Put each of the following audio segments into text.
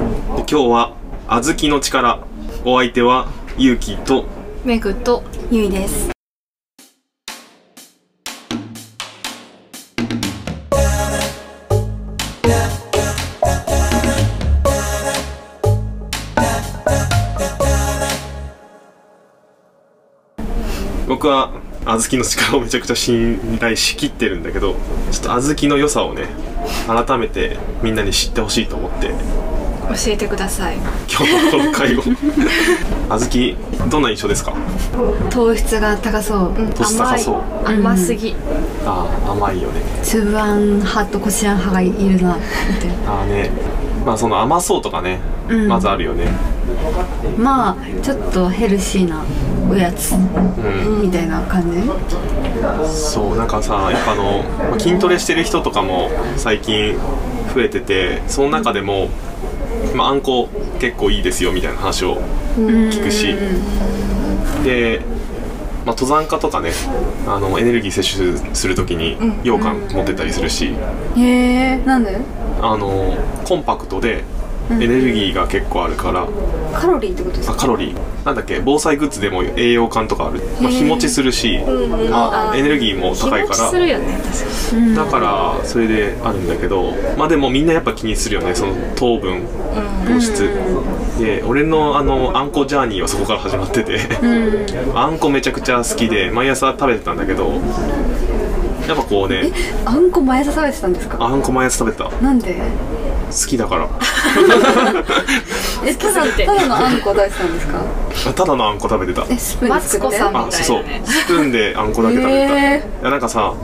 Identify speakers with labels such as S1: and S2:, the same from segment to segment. S1: 今日は小豆の力お相手はゆうきと
S2: メグと
S3: ゆいです。
S1: 僕は小豆の力をめちゃくちゃ信頼しきってるんだけどちょっと小豆の良さをね改めてみんなに知ってほしいと思って
S2: 教えてください
S1: 今日のこの会 を小豆どんな印象ですか
S3: 糖質が高そう。うん、
S1: 年高そう
S2: 甘い甘すぎ、
S1: ああ甘いよね
S3: 粒あん派とこしあん派がいるなって。
S1: ああねまあその甘そうとかね、
S3: うん
S1: まずあるよね
S3: まあちょっとヘルシーなおやつ
S1: うん
S3: みたいな感じ。
S1: そうなんかさやっぱあのまあ筋トレしてる人とかも最近増えててその中でも、まあ、あんこ結構いいですよみたいな話を聞くしで、まあ、登山家とかねあのエネルギー摂取する時に羊羹持ってったりするし、
S3: へえ。なんで？
S1: あのコンパクトでエネルギーが結構あるから、
S2: カロリーってことです
S1: あ
S2: か
S1: カロリーなんだっけ防災グッズでも栄養感とかある、まあ、日持ちするし、
S2: うん
S1: ま
S2: あ
S1: あ、
S2: ー
S1: エネルギーも高い
S2: 日持
S1: か
S2: ち
S1: ら
S2: するよね
S1: だからそれであるんだけどまあでもみんなやっぱ気にするよねその糖分糖質で俺のあのあんこジャーニーはそこから始まっててあんこめちゃくちゃ好きで毎朝食べてたんだけどやっぱこうね
S3: あんこ前刺されてたんですか？
S1: あんこ毎朝食べてた好
S3: なんで？
S1: きだから
S3: えただただのあんこ出してたんですか？
S1: ただのあんこ食べてた
S3: えスプーン
S2: マ
S3: で
S2: ツ
S3: 作っ
S2: コ
S3: て
S2: さんみ
S1: あ
S2: たい
S1: そう
S2: なね
S1: スプーンであんこだけ食べてた、
S3: へ
S1: いやなんかさ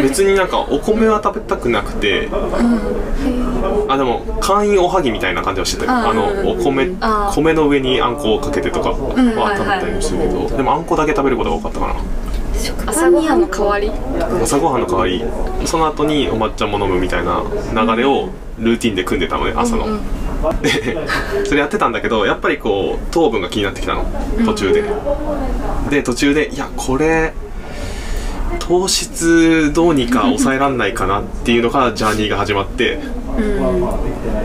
S1: 別になんかお米は食べたくなくて、あでも簡易おはぎみたいな感じはしてたよ
S3: あ
S1: あ
S3: うん
S1: のお米
S2: あー
S1: 米の上にあんこをかけてとかは食べたりもするけど、でもあんこだけ食べることが多かったか
S2: 朝ごはんの代わり
S1: な朝ごはんの代わりその後にお抹茶も飲むみたいな流れをルーティンで組んでたのね朝の、でそれやってたんだけどやっぱりこう糖分が気になってきたの途中で、で途中でいやこれ糖質どうにか抑えらんないかなっていうのがジャーニーが始まって、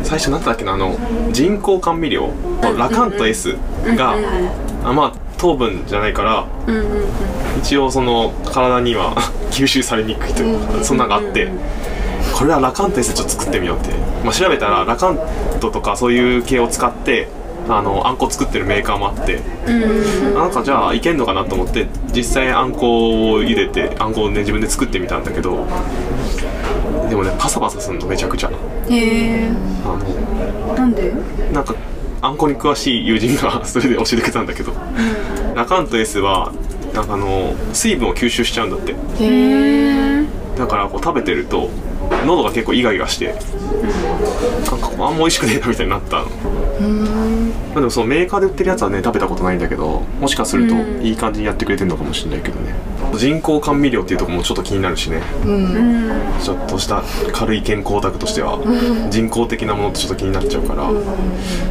S1: 最初なんだっけなあの人工甘味料のラカンと S が、あまあ糖分じゃないから、一応その体には 吸収されにくいというか、そんなのがあって。これはラカント S ちょっと作ってみようって、まあ、調べたらラカントとかそういう系を使ってあのあんこ作ってるメーカーもあって、なんかじゃあいけんのかなと思って実際あんこを茹でてあんこをね自分で作ってみたんだけどでもねパサパサするのめちゃくちゃ
S3: え。へえ。
S1: あの
S3: なんで？
S1: なんかあんこに詳しい友人がそれで教えてくれたんだけどラカント S はなんかあの水分を吸収しちゃうんだって
S3: へえ。
S1: だからこう食べてると喉が結構イガイガして、なんかこうあんま美味しくねえなみたいになったの、まあ、でもそのメーカーで売ってるやつはね食べたことないんだけどもしかするといい感じにやってくれてるのかもしれないけどね人工甘味料っていうとこもちょっと気になるしね、ちょっとした軽い健康オタクとしては、人工的なものってちょっと気になっちゃうから、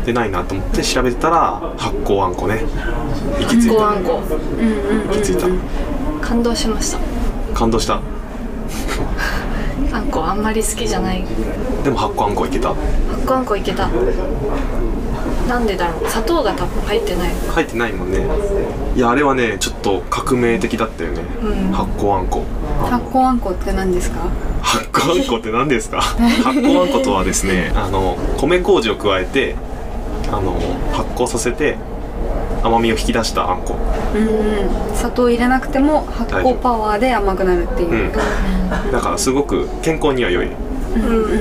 S1: でないなと思って調べてたら発酵あんこね行き着い
S2: ご
S1: た
S2: あんこ
S1: 行き着いた
S2: 感動しまし
S1: 感動した
S2: たあんこあんまり好きじゃない
S1: でも発酵あんこいけた
S2: 発酵あんこいけたなんでだろう砂糖が多分入ってない
S1: 書いてないもんねいやあれはねちょっと革命的だったよね、
S2: うん
S1: 発酵あんこ
S3: 発酵あんこって何ですか？
S1: 発酵あんこって何 ですか発酵あんことはですねあの米麹を加えてあの発酵させて甘みを引き出したあんこ
S3: うん。砂糖入れなくても発
S1: 大丈
S3: 酵
S1: 夫
S3: パワーで甘くなるっていう。
S1: うんだからすごく健康には良い
S2: うん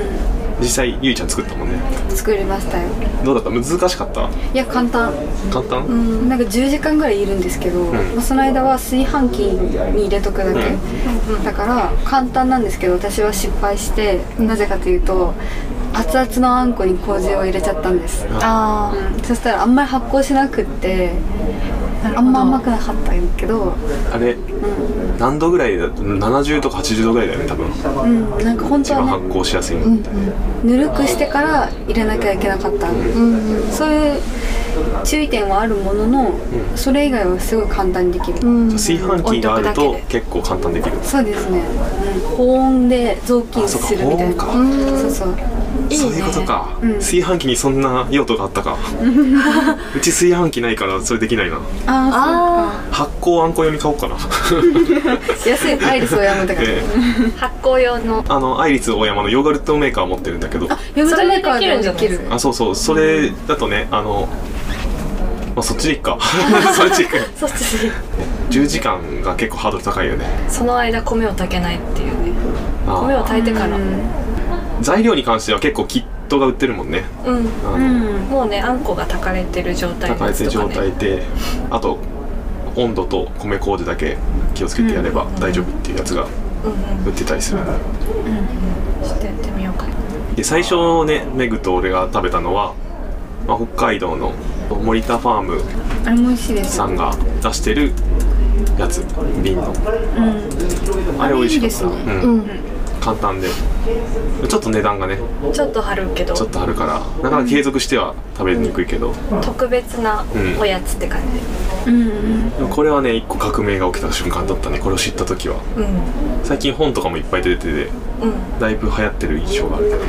S1: 実際ゆいちゃん作ったもんね
S3: 作りましたよ
S1: どうだった難しかった
S3: いや簡単
S1: 簡単、
S3: なんか10時間ぐらいいるんですけど、まあ、その間は炊飯器に入れとくだけ、だから簡単なんですけど私は失敗してなぜかというと熱々のあんこに麹を入れちゃったんです、
S2: あー
S3: うん、そしたらあんまり発酵しなくってあんま甘くなかったんやけど、
S1: あれ、何度ぐらいだ70とか80度ぐらいだよね多分
S3: うん、なんか本当
S1: 一番
S3: は
S1: 発
S3: ね
S1: 酵しやすいのって、
S3: ぬるくしてから入れなきゃいけなかった、そういう注意点はあるものの、
S1: うん
S3: それ以外はすごい簡単にできる、
S2: うん
S1: 炊飯器がある
S2: 置
S1: と
S2: いとくだけで
S1: 結構簡単できる
S3: そうですね、うん保温で雑巾
S1: あそうか
S3: するみたいな
S1: 保
S2: う
S1: 温
S2: ん
S3: そうそう
S2: いいね
S1: そういうことか、
S3: うん
S1: 炊飯器にそんな用途があった かうち炊飯器ないからそれできないな
S3: あ
S2: あ
S1: 発酵あんこ読み買おう かな
S3: あそうか安いアイリスをやめたから、
S1: ええ
S2: ー発酵用の
S1: あのアイリス大山のヨーグルトメーカー持ってるんだけど
S3: ヨーグルトメーカ
S2: それでで
S3: ーでもでき
S2: きるんじゃないで
S3: る
S2: すか
S1: あそうそうそれだとねあの、まあ、そっちでいっ かそっちでいく
S2: そして
S1: 10時間が結構ハードル高いよね
S2: その間米を炊けないっていうね
S1: あ
S2: 米を炊いてから
S3: うん
S1: 材料に関しては結構キットが売ってるもんね
S2: うん
S1: あの、
S3: うん
S2: もうねあんこが炊かれてる状態の
S1: 高
S2: や
S1: い
S2: つとか
S1: 状
S2: ね
S1: 態であと温度と米麹だけ気をつけてやれば大丈夫っていうやつが
S2: うんうん
S1: 売ってたりする、
S2: ちょっとやってみようか
S1: で最初ねメグと俺が食べたのは、まあ、北海道の森田ファーム
S3: あれも美味しいです
S1: さんが出してるやつ瓶の
S3: うん
S1: あれ美味しかった
S3: あれいいです
S1: うん簡単でちょっと値段がね
S2: ちょっと張るけど
S1: ちょっとあるからなかなか継続しては食べにくいけど、
S2: 特別な
S1: うん
S2: おやつって感
S3: うんうん
S1: でもこれはね一個革命が起きた瞬間だったねこれを知った時は
S2: じうん
S1: 最近本とかもいっぱい出てて
S2: うん
S1: だいぶ流行ってる印象があるけどね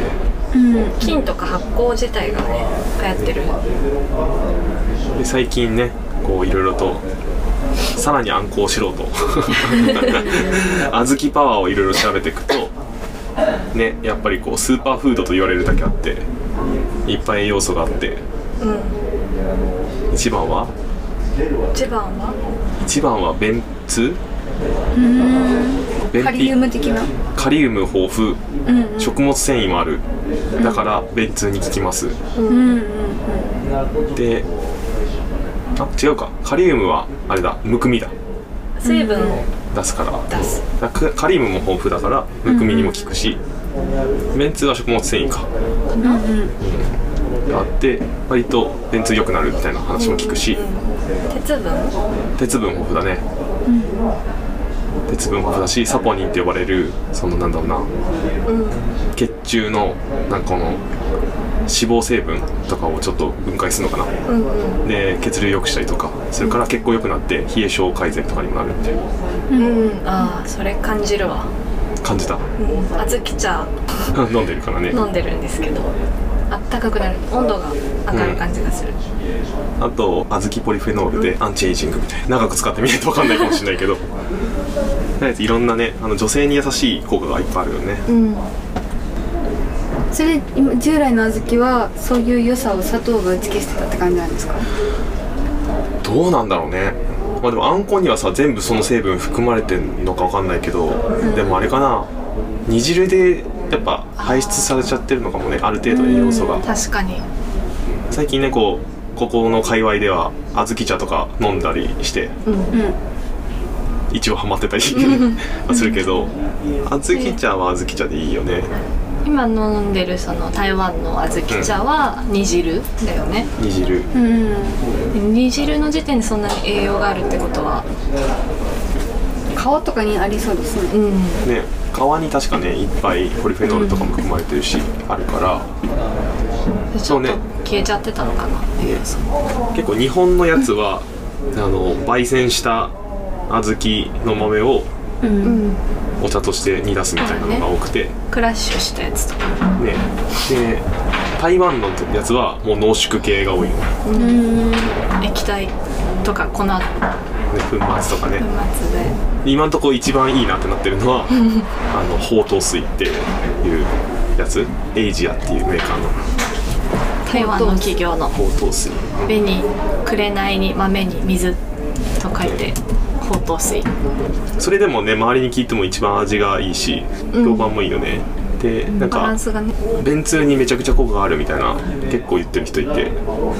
S3: うん
S2: 菌とか発酵自体がね流行ってる
S1: で最近ねこういろいろとさらに暗行しろと 小豆パワーをいろいろ調べていくとねやっぱりこうスーパーフードと言われるだけあっていっぱい栄養素があって
S2: うん
S1: 一番は
S2: 一番は
S1: 一番は便通便秘
S3: カリウム的な
S1: カリウム豊富
S3: うんうん
S1: 食物繊維もあるだから便通に効きます
S3: うんうん
S1: であ違うかカリウムはあれだむくみだ
S2: 水分を
S1: 出すから
S2: 出す
S1: だからカリウムも豊富だからむくみにも効くし、めんつゆは食物繊維かがあって割と便通良くなるみたいな話も聞くし
S2: 鉄分
S1: 鉄分豊富だね、鉄分豊富だしサポニンって呼ばれるそのなんだろうな
S2: うん
S1: 血中のなんかこの脂肪成分とかをちょっと分解するのかな
S2: うんうん
S1: で血流良くしたりとかそれから血行良くなって冷え性改善とかにもなるみたいな
S2: うんうんああそれ感じるわ
S1: 感じた
S2: うん小豆茶
S1: 飲んでるからね
S2: 飲んでるんですけどあったかくなる温度が上がる感じがする、
S1: あと小豆ポリフェノールでアンチエイジングみたいな長く使ってみないと分かんないかもしれないけどとりあえずいろんなねあの女性に優しい効果がいっぱいあるよね
S3: うんそれ今従来の小豆はそういう良さを砂糖が打ち消してたって感じなんですか
S1: どうなんだろうねまあでもあんこにはさ全部その成分含まれてんのか分かんないけど、でもあれかな煮汁でやっぱ排出されちゃってるのかもねある程度栄養素が
S2: 確かに
S1: 最近ねこうここの界隈では小豆茶とか飲んだりして
S3: うん
S1: 一応ハマってたり はするけど小豆茶は小豆茶でいいよね
S2: 今飲んでるその台湾の小豆茶は煮汁だよね、
S1: 煮汁
S3: うん
S2: 煮汁の時点でそんなに栄養があるってことは
S3: 皮とかにありそうですね
S2: うん
S1: ね皮に確かねいっぱいポリフェノールとかも含まれてるし、あるから
S2: でち
S1: そ
S2: ょ
S1: う
S2: っ
S1: ね
S2: と消えちゃってたのかな栄養素
S1: 結構日本のやつはあの焙煎した小豆の豆を
S3: うん
S1: お茶として煮出すみたいなのが多くて、ね
S2: クラッシュしたやつとか
S1: で台湾のやつはもう濃縮系が多いのね
S3: うん
S2: 液体とか粉粉
S1: 粉末とかね
S2: 末で
S1: 今んとこ一番いいなってなってる のはあのほうとう水っていうやつエイジアっていうメーカーの
S2: 台湾の企業の
S1: ほうとう水
S2: 目に紅に豆に水と書いてほうとう水
S1: それでもね周りに聞いても一番味がいいし評判もいいよね、でなん
S2: バラ
S1: か
S2: ンスがね
S1: 便通にめちゃくちゃ効果があるみたいな結構言ってる人いて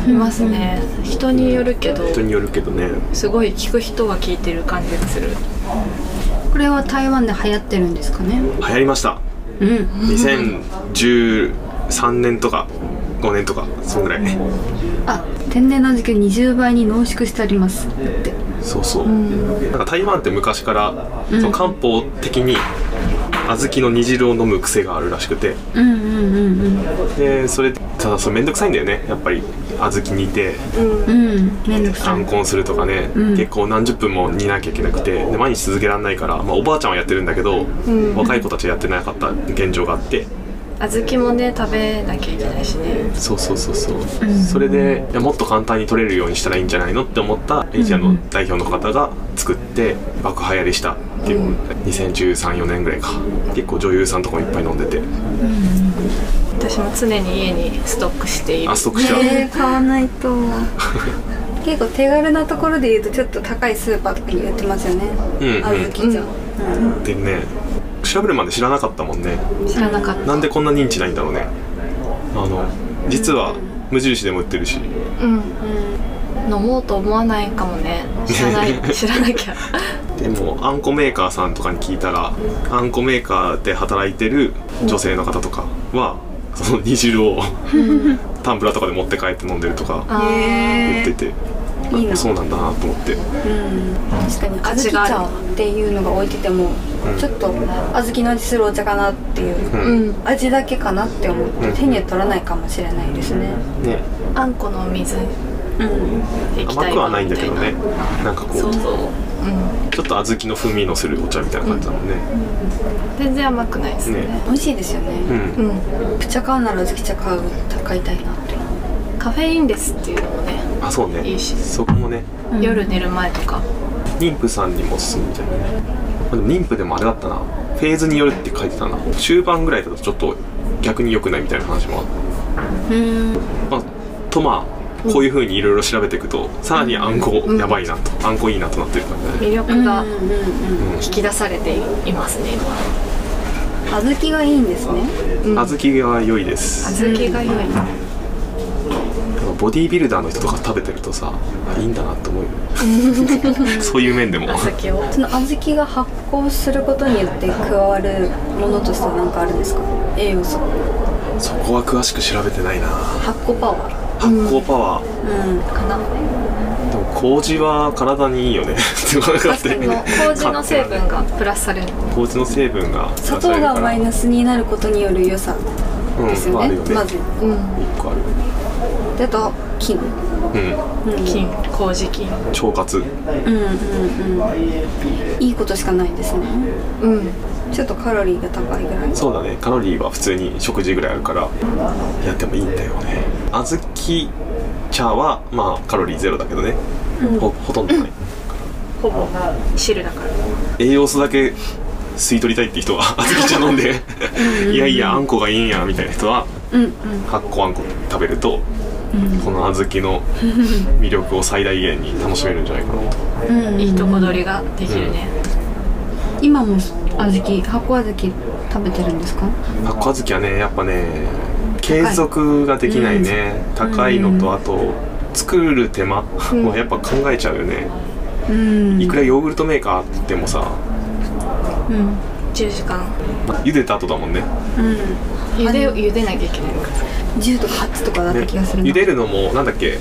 S2: いますね人によるけど
S1: 人によるけどね
S2: すごい聞く人が聞いてる感じがする
S3: これは台湾で流行ってるんですかね
S1: 流行りました
S3: うん
S1: 2013年とか5年とかそんぐらい
S3: あ天然の小豆20倍に濃縮してありますって
S1: そうそう、なんか台湾って昔からその漢方的に小豆の煮汁を飲む癖があるらしくて
S3: うんうんうん
S1: でそれただそれめんどくさいんだよねやっぱり小豆煮て
S2: うん
S3: うんうんめんどくさい
S1: 冠婚するとかね、
S3: うん
S1: 結構何十分も煮なきゃいけなくてで毎日続けられないから、まあ、おばあちゃんはやってるんだけど、
S2: ん
S1: 若い子たちはやってなかった現状があって
S2: 小豆もね食べなきゃいけないしね
S1: そうそうそうそう、それでいやもっと簡単に取れるようにしたらいいんじゃないのって思ったエイジアの代表の方が作って爆破やりしたっていう、2013 4年ぐらいか結構女優さんとかもいっぱい飲んでて
S2: 私も常に家にストックしている
S1: あストックしちゃう、
S3: えー、買わないと結構手軽なところで言うとちょっと高いスーパーとかに売ってますよね
S1: うんうん
S3: 小豆茶、
S2: うん
S1: でね調べるまで知らなかったもんね
S2: 知らなかった
S1: なんでこんな認知ないんだろうねあの実は無印でも売ってるし
S2: うん飲もうと思わないかもね知らない 知らな きゃ
S1: でもあんこメーカーさんとかに聞いたらあんこメーカーで働いてる女性の方とかはその煮汁をタンブラーとかで持って帰って飲んでるとか
S2: あー
S1: 言
S3: へ
S1: ってて、
S3: いいな
S1: そうなんだなと思って
S3: 確かに
S2: 価値
S3: 小
S2: があ
S3: 豆
S2: る
S3: 茶っていうのが置いてて
S1: ん
S3: も、ちょっと小豆の味するお茶かなっていう、
S1: う、
S2: うんん
S3: 味だけかなって思って、
S1: うん
S3: 手には取らないかもしれないですね
S1: ね
S2: あんこのお水
S3: うん
S2: 液
S1: 甘
S2: 体
S1: くはないん
S2: み
S1: だ
S2: た
S1: けどねなんかこう
S2: そうそう
S1: ちょっと小豆の風味のするお茶みたいな感じだもんね、
S2: うん全然甘くないですね
S1: ね
S3: 美味しいですよ
S1: う
S3: ね、
S1: ん
S2: うん
S3: プチャ買うなら小豆茶買う買いたいなって
S2: カフェインですっていうのもね
S1: あそうね
S2: いいし
S1: そこもね
S3: うん
S2: 夜寝る前とか
S1: 妊婦さんにもおすすめみたいなね、まあでも妊婦でもあれだったなフェーズによるって書いてたな終盤ぐらいだとちょっと逆に良くないみたいな話もあって
S3: うん
S1: まあ、とまあこういうふうにいろいろ調べていくと、さらにあんこやばいなと、あんこいいなとなってる感じだね
S2: 魅力が
S3: うんうんうん
S2: 引き出されていますね
S3: 小豆がいいんですね
S2: うん
S1: 小豆が良いです
S2: 小豆が良い
S1: ボディービルダーの人とか食べてるとさあいいんだなって思うよ ねそういう面でも
S2: 小豆を
S3: その小豆が発酵することによって加わるものとしては何かあるんですか栄養素
S1: そこは詳しく調べてないな
S3: 発酵パワー
S1: 発酵パワー、
S3: うんかな
S1: でも麹は体にいいよねって分かっ
S2: 確
S1: て
S2: かに麹の成分 がプラスされる
S1: 麹の成分が
S3: 砂糖がマイナスになることによる良さです
S1: うんまあ、
S3: よ
S1: ある
S3: ね,、
S1: よね
S3: まず
S2: うん
S1: 一個ある
S3: であと菌
S1: うん
S3: うん
S2: 菌麹菌
S1: 腸活
S3: うんうんうんいいことしかないですね
S2: うん
S3: ちょっとカロリーが高いぐらい
S1: そうだねカロリーは普通に食事ぐらいあるからやってもいいんだよね小豆茶はまあカロリーゼロだけどね、ほほとんどない
S2: ほぼ汁だから
S1: 栄養素だけ吸い取りたいって人は 小豆茶飲んでいやいやあんこがいいんやみたいな人は
S3: うんうん
S1: 発酵あんこ食べると、この小豆の魅力を最大限に楽しめるんじゃないかなと
S3: うん
S2: いいとこ取りができるね
S3: 今も小豆発酵小豆食べてるんですか
S1: 発酵小豆はねやっぱね継続ができないね高い,、のとあと作る手間はやっぱ考えちゃうよね、
S3: うん
S1: いくらヨーグルトメーカーって言ってもさ、ま
S3: うん
S2: 10時間
S1: あ茹でた後だもんね
S3: うん
S2: 茹で茹でなきゃいけないのか
S3: 10とか8とかだっ
S1: ね
S3: た気がするな
S1: 茹でるのもなんだっけ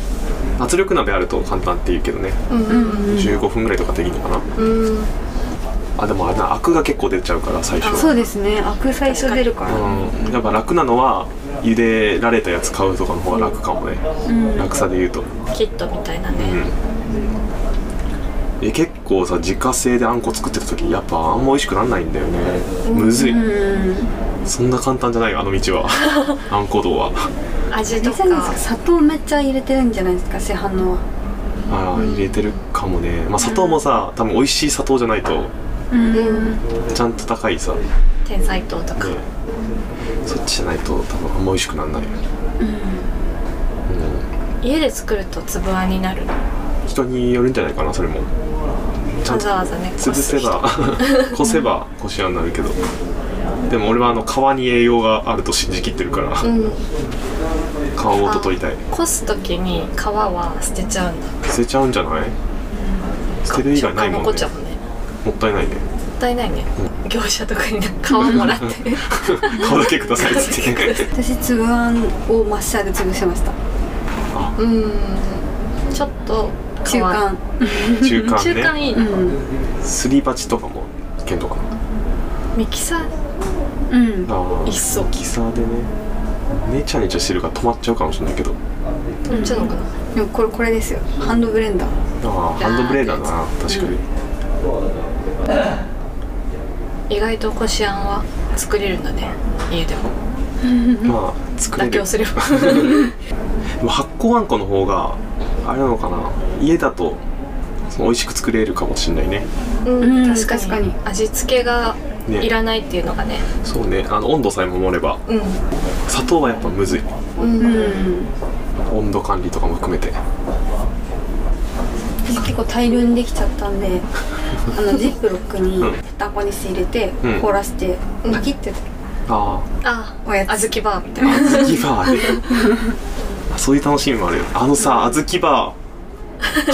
S1: 圧力鍋あると簡単って言うけどね、
S2: うんうん
S1: 15分ぐらいとかできるのかな
S2: うん
S1: あでもあれなアクが結構出ちゃうから最初
S3: そうですねアク最初出るから
S1: うんやっぱ楽なのは茹でられたやつ買うとかの方が楽かもね、
S3: うん
S1: 楽さで言うと
S2: キットみたいな
S1: うん
S2: ね
S1: え結構さ自家製であんこ作ってた時やっぱあんま美味しくなんないんだよね、むずい、
S3: うん
S1: そんな簡単じゃないよあの道はあんこ道は
S2: 味
S3: あれ
S2: と
S3: じゃないです
S2: か
S3: か砂糖めっちゃ入れてるんじゃないですか市販のは
S1: ああ入れてるかもね、まあ、砂糖もさ多分美味しい砂糖じゃないと
S3: うん
S1: ちゃんと高いさ、ね、
S2: 天才糖とか
S1: そっちじゃないと多分あんま美味しくならない、うん
S2: 家で作ると粒あんになる
S1: 人によるんじゃないかなそれもちゃ
S2: わ
S1: んと
S2: ざわざね
S1: 潰せ ばこせばこしあんになるけどでも俺はあの皮に栄養があると信じきってるから、
S2: うん
S1: 皮ごと取りたい
S2: こす時に皮は捨てちゃうんだ
S1: 捨てちゃうんじゃない捨てる以外ないもんね
S2: 食感残っちゃうもんね
S1: もったいないね
S2: もったいないね業者とかになんか皮もらって
S1: 皮だけくださいっつって
S3: 私つぶあんをマッシャーで潰してました
S2: うんちょっと皮
S3: 中間
S1: 中間
S2: 中間
S1: ね
S2: いいね
S3: うん
S1: すり鉢とかも剣とかな
S2: ミキサー
S3: うん
S1: ああ
S2: いっそ
S1: キサでねねちゃねちゃしてるから止まっちゃうかもしれないけど
S2: どっちなのかな
S3: でもこれこれですよハンドブレンダー
S1: ああハンドブレーダーだな確かに、
S2: 意外とこしあんは作れるんだね家でも
S1: まあ作れ
S2: 妥
S1: る
S2: 協すれ ば
S1: でも発酵あんこの方があれなのかな家だとその美味しく作れるかもしれないね
S2: うん
S3: うん確かに
S2: 味付けが
S1: ね
S2: いらないっていうのがね
S1: そうねあの温度さえ守れば砂糖はやっぱむずい
S2: うん、う
S3: う
S2: ん、
S3: ん
S1: 温度管理とかも含めて
S3: 私結構大量にできちゃった んであのジップロックにタコニス入れて
S1: うん
S3: 凍らせて
S2: うん
S3: パキって
S1: あ
S2: あ
S3: おやつ
S2: 小豆バーみたいな
S1: あ小豆バ ーねあそういう楽しみもあるよあのさ小豆バー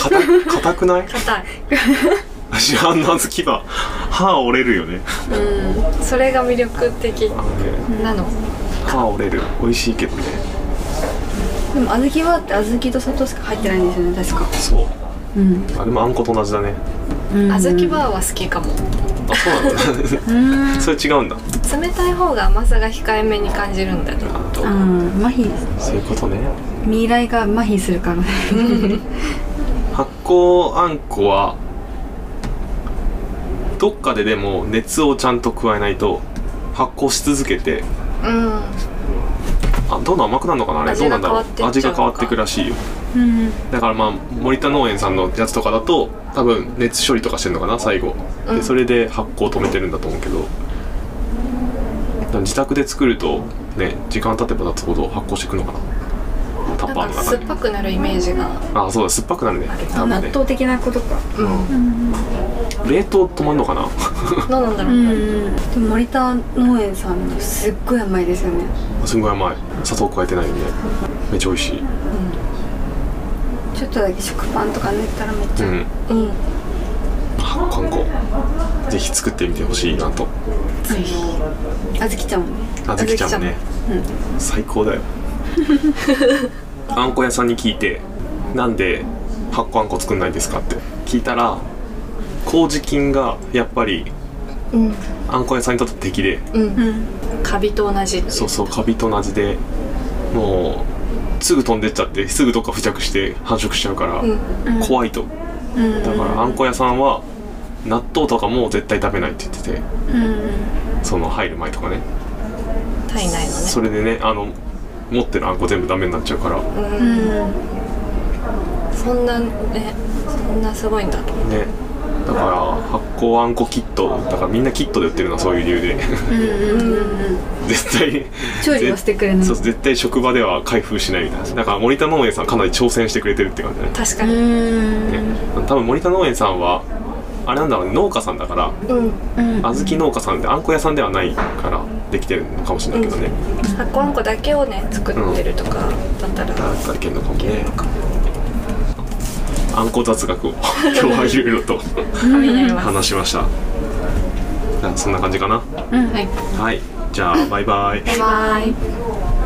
S1: 硬い硬くない
S2: 硬い
S1: 私あの小豆バー歯折れるよね
S3: うん
S2: それが魅力的
S1: あのね
S2: なの
S1: 歯折れる美味しいけどね
S3: でも小豆はって小豆と砂糖しか入ってないんですよね確か
S1: そう
S3: うん
S1: あれもあんこと同じだね
S2: 小豆
S3: は
S2: バーは好きかも
S1: あそう なんだそれ違うんだ
S2: 冷たい方が甘さが控えめに感じるんだね
S1: あと
S3: うん麻痺
S1: そういうことね
S3: 未来が麻痺するからね
S1: 発酵あんこはどっかででも熱をちゃんと加えないと発酵し続けて
S2: うん
S1: あどんどん甘くなるのかなあれどう
S2: 味
S1: な
S2: が
S1: んだろう
S2: 変わって
S1: 味
S2: っちゃうのか
S1: が変わってくらしいよ
S3: うん
S1: だからまあ森田農園さんのやつとかだと多分熱処理とかしてるのかな最後
S2: う
S1: で
S2: ん
S1: それで発酵を止めてるんだと思うけどだから自宅で作るとね時間経てば経つほど発酵していくのかなタッパー
S2: なん
S1: の
S2: か
S1: 中
S2: 酸っ
S1: で
S2: ぱくなるイメージが
S1: あそうだ酸っぱくなるね多
S3: 納
S1: 分ね
S3: 豆的なことか
S2: うん
S1: 冷凍止まんのかな
S2: どうなんだろう、
S3: んでも森田農園さんのすっごい甘いですよね
S1: すんごい甘い砂糖加えてないんでめっちゃ美味しい
S3: ちょっとだけ食パンとか塗ったらめっち
S1: う
S3: ゃ、
S1: ん
S2: うん
S1: 発酵あんこぜひ作ってみてほしいなと
S3: ぜひあずきちゃんもね
S1: あずきちゃんもね最高だよあんこ屋さんに聞いてなんで発酵あんこ作んないんですかって聞いたら麹菌がやっぱり
S2: うん
S1: あんこ屋さんにとって敵で
S2: うん
S3: ん
S2: カビと同じって
S1: そうそうカビと同じでもうすぐ飛んでっちゃってすぐどっか付着して繁殖しちゃうから、
S2: うん
S1: 怖いと
S3: うん
S1: だからあんこ屋さんは納豆とかも絶対食べないって言ってて
S3: うん
S1: その入る前とかね
S2: 体内のね
S1: それでねあの持ってるあんこ全部ダメになっちゃうから
S2: う、
S3: うんん
S2: そんなねそんなすごいんだと
S1: ねだから発酵あんこキットだからみんなキットで売ってるのはそういう理由で
S3: うんうんうん
S1: 絶対
S3: 調理をしてくれない
S1: そう絶対職場では開封しないみたいなだから森田農園さんかなり挑戦してくれてるって感じだね
S2: 確か
S3: う
S2: に
S3: ん
S1: ね多分森田農園さんはあれなんだろうね農家さんだから
S2: うん
S3: うん
S1: 小豆農家さんであんこ屋さんではないからできてるのかもしれないけどね、
S2: 発酵あんこだけをね作ってるとかだったら、
S1: だからいけるのかもねあんこ雑学を今 日はいろいろと
S2: ためになります、
S1: 話しましたじゃあそんな感じかな
S2: はい
S1: はいじゃあバイバイ
S2: バイバイ